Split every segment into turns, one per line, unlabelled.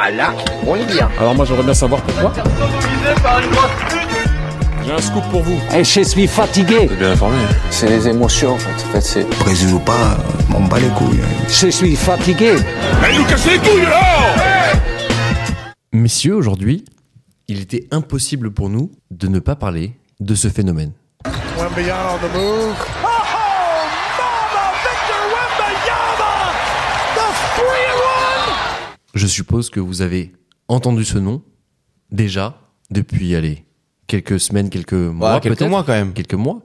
Ah là, on est bien.
Alors moi j'aimerais bien savoir pourquoi. J'ai un scoop pour vous.
Et je suis fatigué.
Bien informé.
C'est les émotions en fait. En fait c'est...
Brésil ou pas, m'en bat les couilles. hein.
Je suis fatigué.
Elle nous casse les couilles là
Messieurs, aujourd'hui, il était impossible pour nous de ne pas parler de ce phénomène. Je suppose que vous avez entendu ce nom déjà depuis, allez, quelques semaines, quelques mois
Ouais, quelques
peut-être.
mois quand même.
Quelques mois.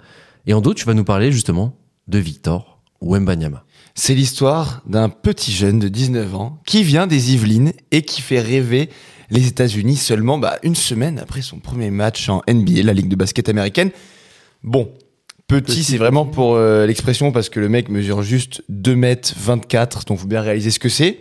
Et en d'autres, tu vas nous parler justement de Victor Wembanyama.
C'est l'histoire d'un petit jeune de 19 ans qui vient des Yvelines et qui fait rêver les États-Unis seulement bah, une semaine après son premier match en NBA, la Ligue de basket américaine. Bon, petit, c'est vraiment pour euh, l'expression parce que le mec mesure juste 2 mètres 24, donc faut bien réaliser ce que c'est.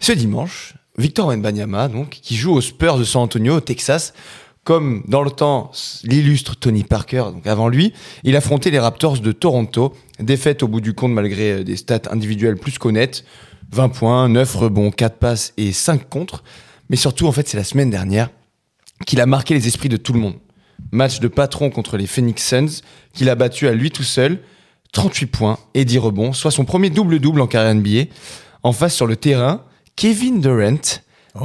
Ce dimanche, Victor Wembanyama, donc, qui joue aux Spurs de San Antonio, au Texas, comme dans le temps l'illustre Tony Parker, donc avant lui, il affrontait les Raptors de Toronto, défaite au bout du compte malgré euh, des stats individuelles plus qu'honnêtes, 20 points, 9 rebonds, 4 passes et 5 contre. Mais surtout, en fait, c'est la semaine dernière qu'il a marqué les esprits de tout le monde. Match de patron contre les Phoenix Suns, qu'il a battu à lui tout seul, 38 points et 10 rebonds, soit son premier double-double en carrière NBA. En face sur le terrain, Kevin Durant,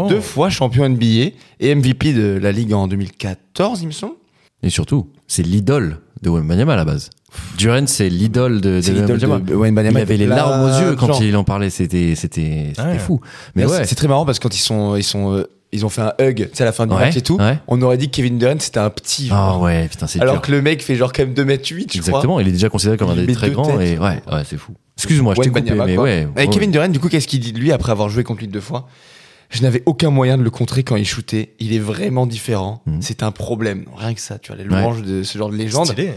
deux fois champion NBA et MVP de la Ligue en 2014, il me semble.
Et surtout, c'est l'idole de Wembanyama à la base. Duren, c'est l'idole de,
C'est
de
l'idole
Wembanyama.
de- de Wembanyama
il avait
avec
les
plein
larmes aux yeux
de
quand
gens.
il en parlait. C'était, c'était, c'était
Ouais.
fou. Mais
Mais
ouais.
c'est- c'est très marrant parce que quand ils sont, ils sont, euh, ils ont fait un hug, tu sais, à la fin du
Ouais,
match et tout,
ouais.
on aurait dit que Kevin Durant c'était un petit.
Ah
genre.
ouais, putain, c'est
Alors
dur.
que le mec fait genre quand même 2m8, je
Exactement, il est déjà considéré comme un
Il
des
met
très
deux
grands
têtes.
et ouais, ouais, c'est fou. Excuse-moi, je t'ai coupé,
Wembanyama,
mais
quoi.
ouais.
Et
ouais.
Kevin Durant, du coup, qu'est-ce qu'il dit de lui après avoir joué contre lui deux fois Je n'avais aucun moyen de le contrer quand il shootait. Il est vraiment différent.
Mhm.
C'est un problème. Rien que ça, tu vois, les louanges de ce genre de légende.
Stylé.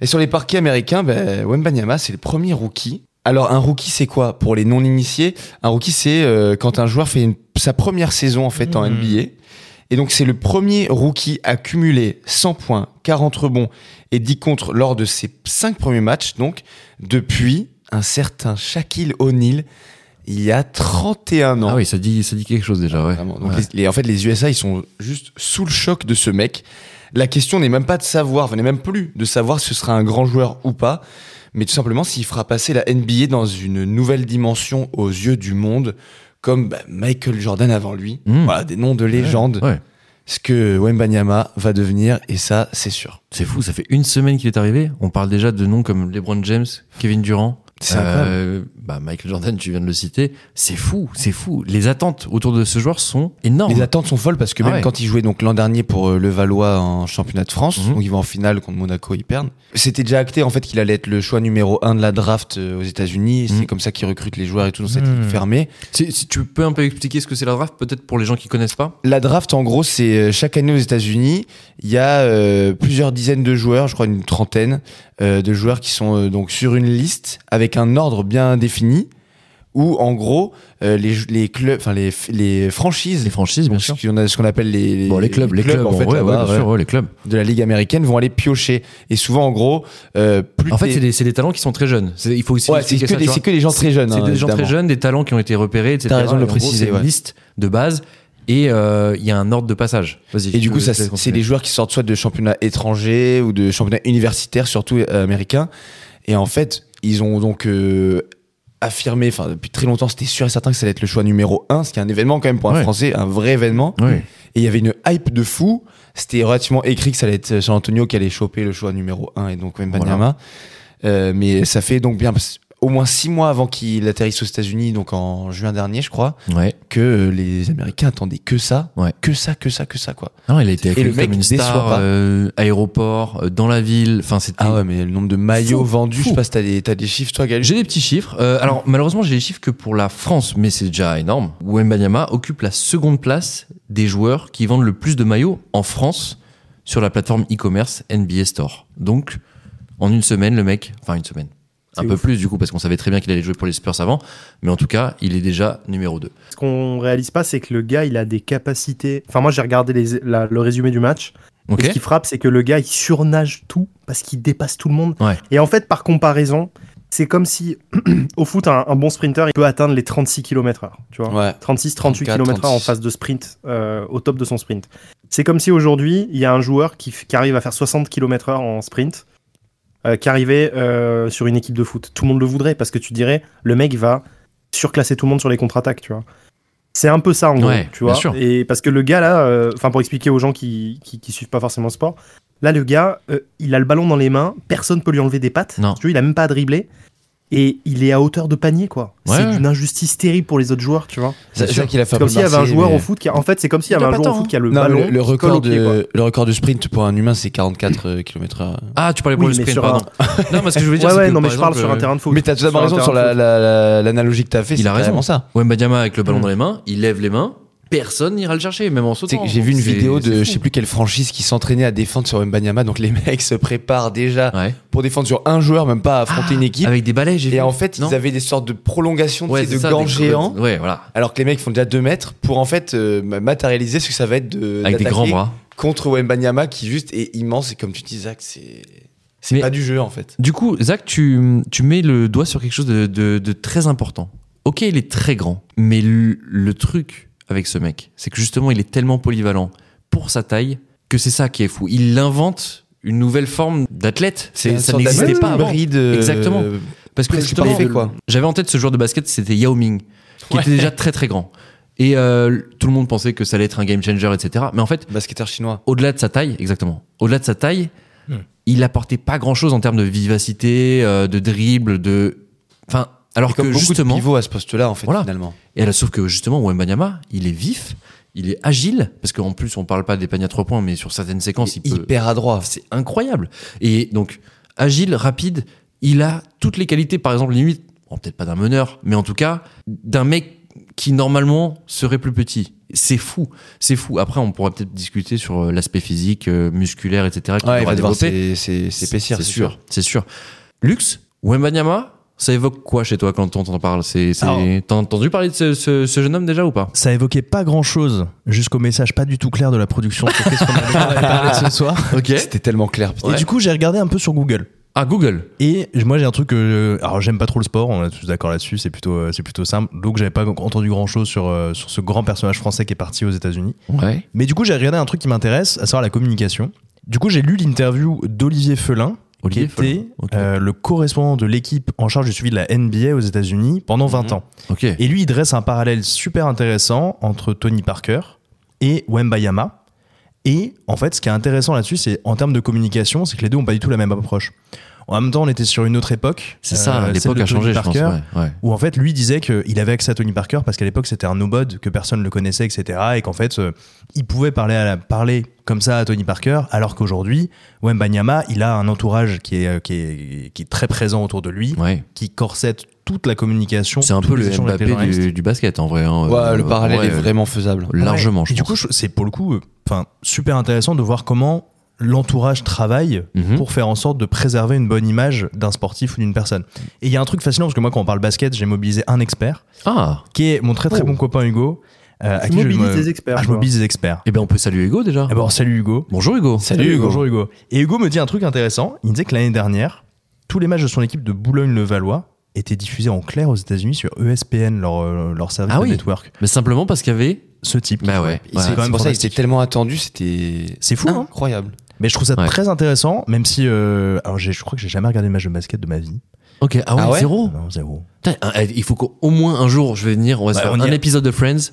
Et sur les parquets américains, ben, Wembanyama, c'est le premier rookie. Alors, un rookie, c'est quoi Pour les non-initiés, un rookie, c'est euh, quand un joueur fait une- sa première saison, en fait, en
Mhm.
NBA. Et donc, c'est le premier rookie à cumuler 100 points, 40 rebonds et 10 contre lors de ses 5 premiers matchs, donc, depuis un certain Shaquille O'Neal, il y a 31 ans.
Ah oui, ça dit, ça dit quelque chose déjà, ouais.
Vraiment. Donc,
Ouais.
les- les- en fait, les USA, ils sont juste sous le choc de ce mec. La question n'est même pas de savoir, enfin, n'est même plus de savoir si ce sera un grand joueur ou pas, mais tout simplement s'il fera passer la NBA dans une nouvelle dimension aux yeux du monde, comme bah, Michael Jordan avant lui.
Mmh.
Voilà, des noms de légende.
Ouais.
Ce que Wembanyama va devenir, et ça, c'est sûr.
C'est fou, ça fait une semaine qu'il est arrivé. On parle déjà de noms comme LeBron James, Kevin Durant,
C'est incroyable.
bah Michael Jordan, tu viens de le citer. C'est fou, c'est fou. Les attentes autour de ce joueur sont énormes.
Les attentes sont folles parce que
Oh. Ah
même
ouais.
quand ils jouaient donc l'an dernier pour euh, le Valois en championnat de France,
Mhm.
donc ils vont en finale contre Monaco, ils perdent. C'était déjà acté en fait qu'il allait être le choix numéro un de la draft euh, aux États-Unis. C'est
Mhm.
comme ça qu'ils recrutent les joueurs et tout dans cette
Mhm.
ligue fermée.
Si, si tu peux un peu expliquer ce que c'est la draft, peut-être pour les gens qui connaissent pas.
La draft, en gros, c'est euh, chaque année aux États-Unis, il y a euh, plusieurs dizaines de joueurs, je crois une trentaine euh, de joueurs qui sont euh, donc sur une liste avec un ordre bien défini. Où en gros euh, les, jou- les clubs, enfin les, f- les franchises,
Les franchises, bien
donc,
sûr.
ce qu'on a- ce qu'on appelle les, les-
Bon, les clubs, les clubs,
en fait,
ouais, ouais,
là-bas,
bien
ouais.
sûr, ouais, les clubs.
de la ligue américaine vont aller piocher. Et souvent, en gros, euh, plus
En fait,
t'es-
c'est des, c'est des talents qui sont très jeunes. C'est- Il faut aussi
Ouais, c'est
expliquer
que,
ça,
des,
tu vois.
c'est que des gens très jeunes.
C'est
hein,
des gens très
évidemment.
jeunes, des talents qui ont été repérés, etc.
T'as raison de le
Et en gros,
préciser,
C'est une
ouais.
liste de base et euh, il y a un ordre de passage. Vas-y,
Et
tu
du coup,
peux-
ça,
tu peux
c'est
continuer.
des joueurs qui sortent soit de championnats étrangers ou de championnats universitaires, surtout euh, américains. Et en fait, ils ont donc euh, affirmé, enfin, depuis très longtemps, c'était sûr et certain que ça allait être le choix numéro un, ce qui est un événement quand même pour un
Ouais.
Français, un vrai événement.
Ouais.
Et il y avait une hype de fou. C'était relativement écrit que ça allait être San Antonio qui allait choper le choix numéro 1 et donc Wembanyama. Euh, mais ça fait donc bien au moins six mois avant qu'il atterrisse aux États-Unis, donc en juin dernier, je crois,
Ouais.
que euh, les Américains attendaient que ça,
Ouais.
que ça, que ça, que ça, quoi.
Non, il a été
Et
accueilli
le mec
comme une
déçoit
star,
pas.
euh, aéroport, euh, dans la ville. Enfin, c'était.
Ah ouais, mais le nombre de maillots
Fou,
vendus, je
fou.
sais pas si t'as des, t'as des chiffres, toi, Galu.
J'ai des petits chiffres. Euh, alors malheureusement, j'ai les chiffres que pour la France, mais c'est déjà énorme. Wembanyama occupe la seconde place des joueurs qui vendent le plus de maillots en France sur la plateforme e-commerce NBA Store. Donc en une semaine, le mec, enfin une semaine, un peu plus du coup parce qu'on savait très bien qu'il allait jouer pour les Spurs avant, mais en tout cas, il est déjà numéro 2.
Ce qu'on réalise pas, c'est que le gars, il a des capacités. Enfin, moi, j'ai regardé les- la- le résumé du match.
Ok.
Et ce qui frappe, c'est que le gars, il surnage tout parce qu'il dépasse tout le monde.
Ouais.
Et en fait, par comparaison, c'est comme si au foot, un, un bon sprinter, il peut atteindre les 36 km/h. Tu vois
Ouais.
36, 38
34,
km/h en
36.
phase de sprint, euh, au top de son sprint. C'est comme si aujourd'hui, il y a un joueur qui, f- qui arrive à faire 60 km/h en sprint, euh, qui arrivait euh, sur une équipe de foot. Tout le monde le voudrait parce que tu dirais, le mec va surclasser tout le monde sur les contre-attaques, tu vois. C'est un peu ça en gros,
Ouais,
tu vois.
bien sûr.
Et parce que le gars là, euh, enfin pour expliquer aux gens qui, qui qui suivent pas forcément le sport, là le gars, euh, il a le ballon dans les mains, personne peut lui enlever des pattes.
Non.
Tu vois, il a même pas à dribbler et il est à hauteur de panier quoi.
Ouais,
c'est
ouais.
une injustice terrible pour les autres joueurs, tu vois.
C'est ça qu'il a fait
C'est
un
comme
peu
s'il y avait un
Marseille,
joueur
mais-
au foot qui a... En fait, c'est comme s'il y
Il
avait
a
un
pas
joueur au
tort,
foot qui a le
Non,
ballon.
le, hein. le record
qui colle au pied, quoi.
de, le record de sprint pour un humain, c'est euh, 44 km/h.
Ah, tu parlais pour
Oui,
le
mais
sprint,
sur
pardon. Non, parce que je voulais dire.
Ouais,
c'est
ouais,
que,
non, mais
par
je parle
exemple,
sur un
euh,
terrain de foot.
Mais t'as totalement
Sur un
raison sur
terrain
la-
de
la- la- l'analogie que t'as fait.
Il
c'est
a raison.
carrément ça.
Wembanyama avec le ballon
Mm.
dans les mains, il lève les mains, personne n'ira le chercher, même en
C'est
sautant.
que J'ai vu une
C'est-
vidéo
c'est
de
fou.
je sais plus quelle franchise qui s'entraînait à défendre sur Mbanyama. Donc les mecs se préparent déjà
Ouais. Ah,
pour défendre sur un joueur, même pas à affronter une équipe.
Avec des balais, j'ai vu.
Et en fait,
non
ils avaient des sortes de prolongations tu
Ouais,
sais,
c'est
de
ça,
gants
des-
géants.
Ouais, voilà.
Alors que les mecs font déjà 2 mètres pour en fait euh, matérialiser ce que ça va être de
Avec des
d'attaquer
grands bras.
contre Wembanyama qui juste est immense et comme tu dis Zach c'est c'est
Mais-
pas du jeu en fait.
Du coup, Zach, tu, tu mets le doigt sur quelque chose de, de- de très important. Ok, il est très grand, mais le, le truc avec ce mec, c'est que justement, il est tellement polyvalent pour sa taille que c'est ça qui est fou. Il invente une nouvelle forme d'athlète. C'est-
une
Ça
sorte
n'existait
d'athlète
pas avant.
hybride, euh,
Exactement. Parce que
presque
justement,
parfait, quoi.
j'avais en tête ce joueur de basket, c'était Yao Ming, qui
Ouais.
était déjà très très grand. Et euh, tout le monde pensait que ça allait être un game changer, etc. Mais en fait,
Basketteur chinois.
au-delà de sa taille, exactement, au-delà de sa taille,
Hmm.
il apportait pas grand-chose en termes de vivacité, euh, de dribble, de. Enfin, alors
Et comme
que
beaucoup
justement.
de pivots à ce poste-là en fait
Voilà.
finalement.
Et alors, sauf que justement, Wembanyama, il est vif, il est agile, parce qu'en plus, on parle pas des paniers à trois points, mais sur certaines séquences, il, peut.
Hyper adroit.
C'est incroyable. Et donc, agile, rapide, il a toutes les qualités, par exemple, limite, bon, peut-être pas d'un meneur, mais en tout cas, d'un mec qui normalement serait plus petit. C'est fou, c'est fou. Après, on pourra peut-être discuter sur euh, l'aspect physique, euh, musculaire, etc. qu'il
Ouais, il
aura
va devoir
développé.
s'é- s'é- s'épaissir.
C'est sûr, c'est sûr. Lux, Wembanyama, ça évoque quoi chez toi quand on t'en parle C'est, c'est-
Alors-
T'as entendu parler de ce, ce- ce jeune homme déjà ou pas
Ça évoquait pas grand chose jusqu'au message pas du tout clair de la production sur qu'est-ce qu'on allait- qu'on allait parler de ce soir.
Ok.
C'était tellement clair. putain.
Et
Ouais.
du coup, j'ai regardé un peu sur Google.
Ah, Google.
Et moi, j'ai un truc que. Alors, j'aime pas trop le sport, on est tous d'accord là-dessus, c'est plutôt, euh, c'est plutôt simple. Donc, j'avais pas entendu grand chose sur, euh, sur ce grand personnage français qui est parti aux États-Unis.
Ouais.
Mais du coup, j'ai regardé un truc qui m'intéresse, à savoir la communication. Du coup, j'ai lu l'interview d'Olivier Felin,
Olivier
qui était
Felin, ok.
euh, le correspondant de l'équipe en charge du suivi de la NBA aux États-Unis pendant
Mhm.
20 ans.
Ok.
Et lui, il dresse un parallèle super intéressant entre Tony Parker et Wembayama. Et en fait, ce qui est intéressant là-dessus, c'est en termes de communication, c'est que les deux n'ont pas du tout la même approche. En même temps, on était sur une autre époque.
c'est ça,
euh, celle
l'époque
de
a
Tony
changé, je pense.
Parker,
ouais, ouais.
Où en fait, lui disait qu'il avait accès à Tony Parker parce qu'à l'époque, c'était un nobody, que personne ne le connaissait, etc. Et qu'en fait, euh, il pouvait parler, à la- parler comme ça à Tony Parker, alors qu'aujourd'hui, Wembanyama, il a un entourage qui est, euh, qui, est, qui est très présent autour de lui,
Ouais.
qui corsette toute la communication.
C'est un
tous
peu
les
le
échanges avec les
Mbappé
journalistes.
du, du basket en vrai. hein.
Ouais,
Euh,
le parallèle
ouais,
est vraiment faisable.
Largement,
Ouais.
je
Et du
pense.
coup, je- c'est pour le coup, enfin, super intéressant de voir comment l'entourage travaille
Mhm.
pour faire en sorte de préserver une bonne image d'un sportif ou d'une personne. Et il y a un truc fascinant parce que moi, quand on parle basket, j'ai mobilisé un expert
Ah,
qui est mon très très
Oh.
bon copain Hugo. euh, à
Tu
qui je
mobilises
me-
des experts,
Ah, je
quoi.
mobilise des experts.
et ben on peut saluer Hugo déjà.
Eh ben, salut Hugo.
Bonjour Hugo.
Bonjour Hugo. Et Hugo me dit un truc intéressant. Il me disait que l'année dernière, tous les matchs de son équipe de Boulogne-le-Valois étaient diffusés en clair aux États-Unis sur E ESPN, leur, euh, leur service
Ah
de
oui.
network.
Mais simplement parce qu'il y avait.
Ce type.
Bah ouais.
Et c'est
ouais.
quand même
pour ça, il
fantastique.
était tellement attendu, c'était
C'est fou, hein
incroyable.
Mais je trouve ça
Ouais.
très intéressant, même si. euh, alors, j'ai- je crois que j'ai jamais regardé de match de basket de ma vie.
Ok, ah ouais,
Ah ouais
zéro.
Non, zéro.
Putain, un- eh, il faut qu'au moins un jour je vais venir, on va se
Bah,
faire
on y
un
est.
épisode de Friends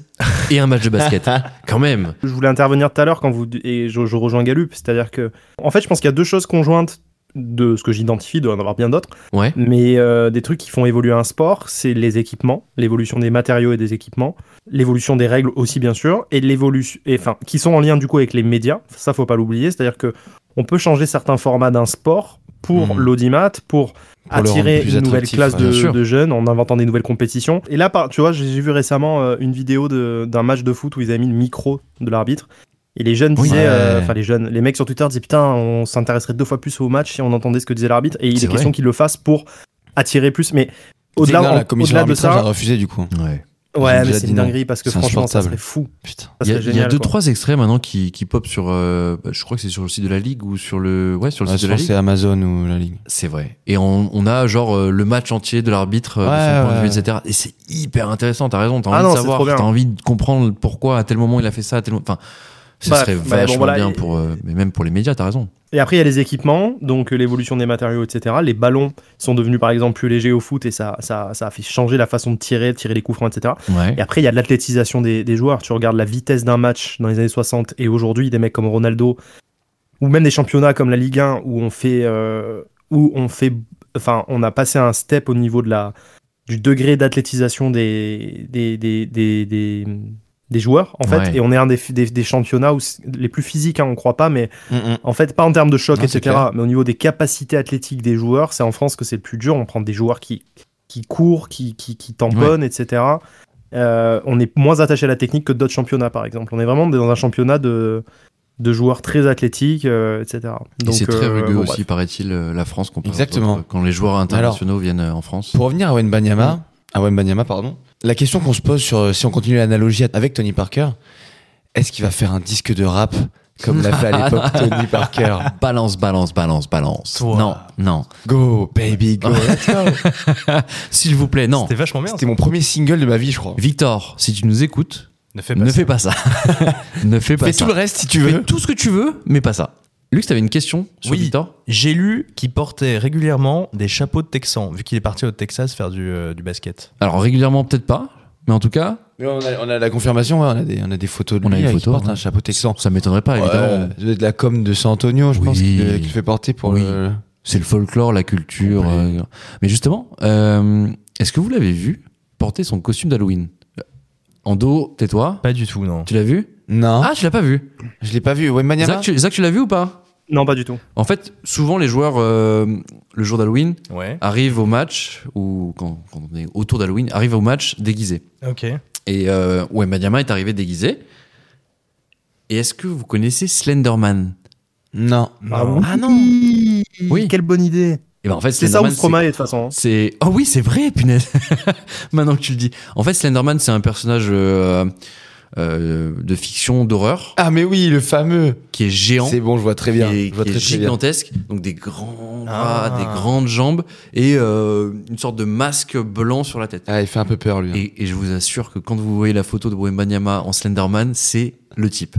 et un match de basket. quand même.
Je voulais intervenir tout à l'heure quand vous et je, je rejoins Galup, c'est-à-dire que en fait, je pense qu'il y a deux choses conjointes de ce que j'identifie, il doit y en avoir bien d'autres,
Ouais.
mais euh, des trucs qui font évoluer un sport, c'est les équipements, l'évolution des matériaux et des équipements, l'évolution des règles aussi bien sûr, et l'évolution, et enfin, qui sont en lien du coup avec les médias. Ça, faut pas l'oublier, c'est-à-dire que on peut changer certains formats d'un sport pour
Hmm.
Mhm.
l'audimat,
Pour
pour
le
attirer
rendre plus
une nouvelle
attractif,
classe
ouais, bien
de,
sûr.
de jeunes en inventant des nouvelles compétitions. Et là, par- tu vois, j'ai j'ai vu récemment euh, une vidéo de- d'un match de foot où ils avaient mis le micro de l'arbitre. Et les jeunes
Oui.
disaient, euh,
Ouais.
enfin les jeunes, les mecs sur Twitter disaient putain, on s'intéresserait deux fois plus au match si on entendait ce que disait l'arbitre. Et il
C'est
est
vrai.
question qu'ils le fassent pour attirer plus. Mais
Non,
au-delà
la commission
au-delà de
d'arbitrage a
ça,
refusé du coup.
Ouais.
J'ai
Ouais, mais
déjà
c'est
dit
une
non.
dinguerie parce que
C'est
franchement, ça
insupportable.
serait fou.
Putain.
Ça
Il y a,
serait
il y a
génial,
deux,
quoi.
trois extraits maintenant qui, qui pop sur. euh, bah, je crois que c'est sur le site de la Ligue ou sur le. Ouais, sur le
Ouais,
site
je
de la
pense que
Ligue.
c'est Amazon ou la Ligue.
C'est vrai. Et on, on a genre euh, le match entier de l'arbitre, euh, de
Ouais,
son point de vue,
ouais.
etc. Et c'est hyper intéressant, t'as raison, t'as
Ah
envie
non,
de
c'est
savoir,
trop bien.
t'as envie de comprendre pourquoi à tel moment il a fait ça, à tel moment. Enfin, ce
Bah,
serait
bah, bon,
vachement
voilà,
bien
et-
pour. euh, mais même pour les médias, t'as raison.
Et après, il y a les équipements, donc euh, l'évolution des matériaux, etc. Les ballons sont devenus par exemple plus légers au foot et ça, ça, ça a fait changer la façon de tirer, de tirer les coups francs, etc.
Ouais.
Et après, il y a de l'athlétisation des, des joueurs. Tu regardes la vitesse d'un match dans les années 60 et aujourd'hui, des mecs comme Ronaldo ou même des championnats comme la Ligue 1 où on fait, euh, où on fait, enfin, on a passé un step au niveau de la, du degré d'athlétisation des, des, des, des, des- des joueurs, en fait.
Ouais.
Et on est un des, des, des championnats où c'est- les plus physiques, hein, on croit pas, mais en fait, pas en termes de choc,
Non, c'est
etc., mais au niveau des capacités athlétiques des joueurs, c'est en France que c'est le plus dur. On prend des joueurs qui, qui courent, qui, qui, qui tamponnent, etc. Euh, on est moins attaché à la technique que d'autres championnats, par exemple. On est vraiment dans un championnat de, de joueurs très athlétiques, euh, etc.
Et c'est très
euh,
rugueux
bon,
aussi, paraît-il, euh, la France comparée aux
Exactement.
autres, quand les joueurs internationaux viennent euh, en France.
Pour revenir à Wenbanyama, à Wenbanyama, pardon, la question qu'on se pose sur euh, si on continue l'analogie avec Tony Parker, est-ce qu'il va faire un disque de rap comme l'a fait à l'époque Tony Parker
Balance, balance, balance, balance.
Toi.
Non, non.
Go baby go. let's go.
S'il vous plaît, non.
C'était vachement bien. hein.
C'était
ça.
mon premier single de ma vie, je crois.
Victor, si tu nous écoutes,
Ne fais pas
ne
ça.
fais pas ça. ne fais pas
Fais
ça.
tout le reste si tu
Fais
veux.
tout ce que tu veux, mais pas ça. Lux, t'avais une question sur
Oui.
Victor
J'ai lu qu'il portait régulièrement des chapeaux de Texan, vu qu'il est parti au Texas faire du, euh, du basket.
Alors régulièrement peut-être pas, mais en tout cas,
Mais on, a, on a la confirmation, ouais, on, a des, on a des photos de
On a
lui
des
euh, qui
photos,
porte
ouais.
un chapeau texan.
ça m'étonnerait pas évidemment.
Ouais, ça doit être la com de San Antonio, je
Oui.
pense, qu'il le- qu'il fait porter pour
Oui.
le.
C'est le folklore, la culture.
Oui.
euh, Mais justement, euh, est-ce que vous l'avez vu porter son costume d'Halloween En dos, tais-toi.
Pas du tout, non.
Tu l'as vu
Non,
Ah, tu l'as pas vu.
je l'ai pas vu. Wembanyama.
Zach, tu, Zach, tu l'as vu ou pas
Non, pas du tout.
En fait, souvent les joueurs euh, le jour d'Halloween
Ouais.
arrivent au match ou quand, quand on est autour d'Halloween arrivent au match déguisés.
Ok.
Et euh, Wembanyama est arrivé déguisé. Et est-ce que vous connaissez Slenderman
Non.
Ah bon
Ah non Oui.
Quelle bonne idée
Et ben en fait,
C'est ça ou
Slenderman,
Stromae, de toute façon. hein.
C'est oh oui c'est vrai punaise maintenant que tu le dis en fait Slenderman c'est un personnage euh, euh, de fiction d'horreur
Ah mais oui, le fameux.
qui est géant
C'est bon, je vois très
qui
bien.
est,
je vois
qui est
très, très bien.
gigantesque donc des grands bras
Ah.
des grandes jambes et euh, une sorte de masque blanc sur la tête
Ah, il fait un peu peur lui. hein.
et, et je vous assure que quand vous voyez la photo de Wembanyama en Slenderman c'est le type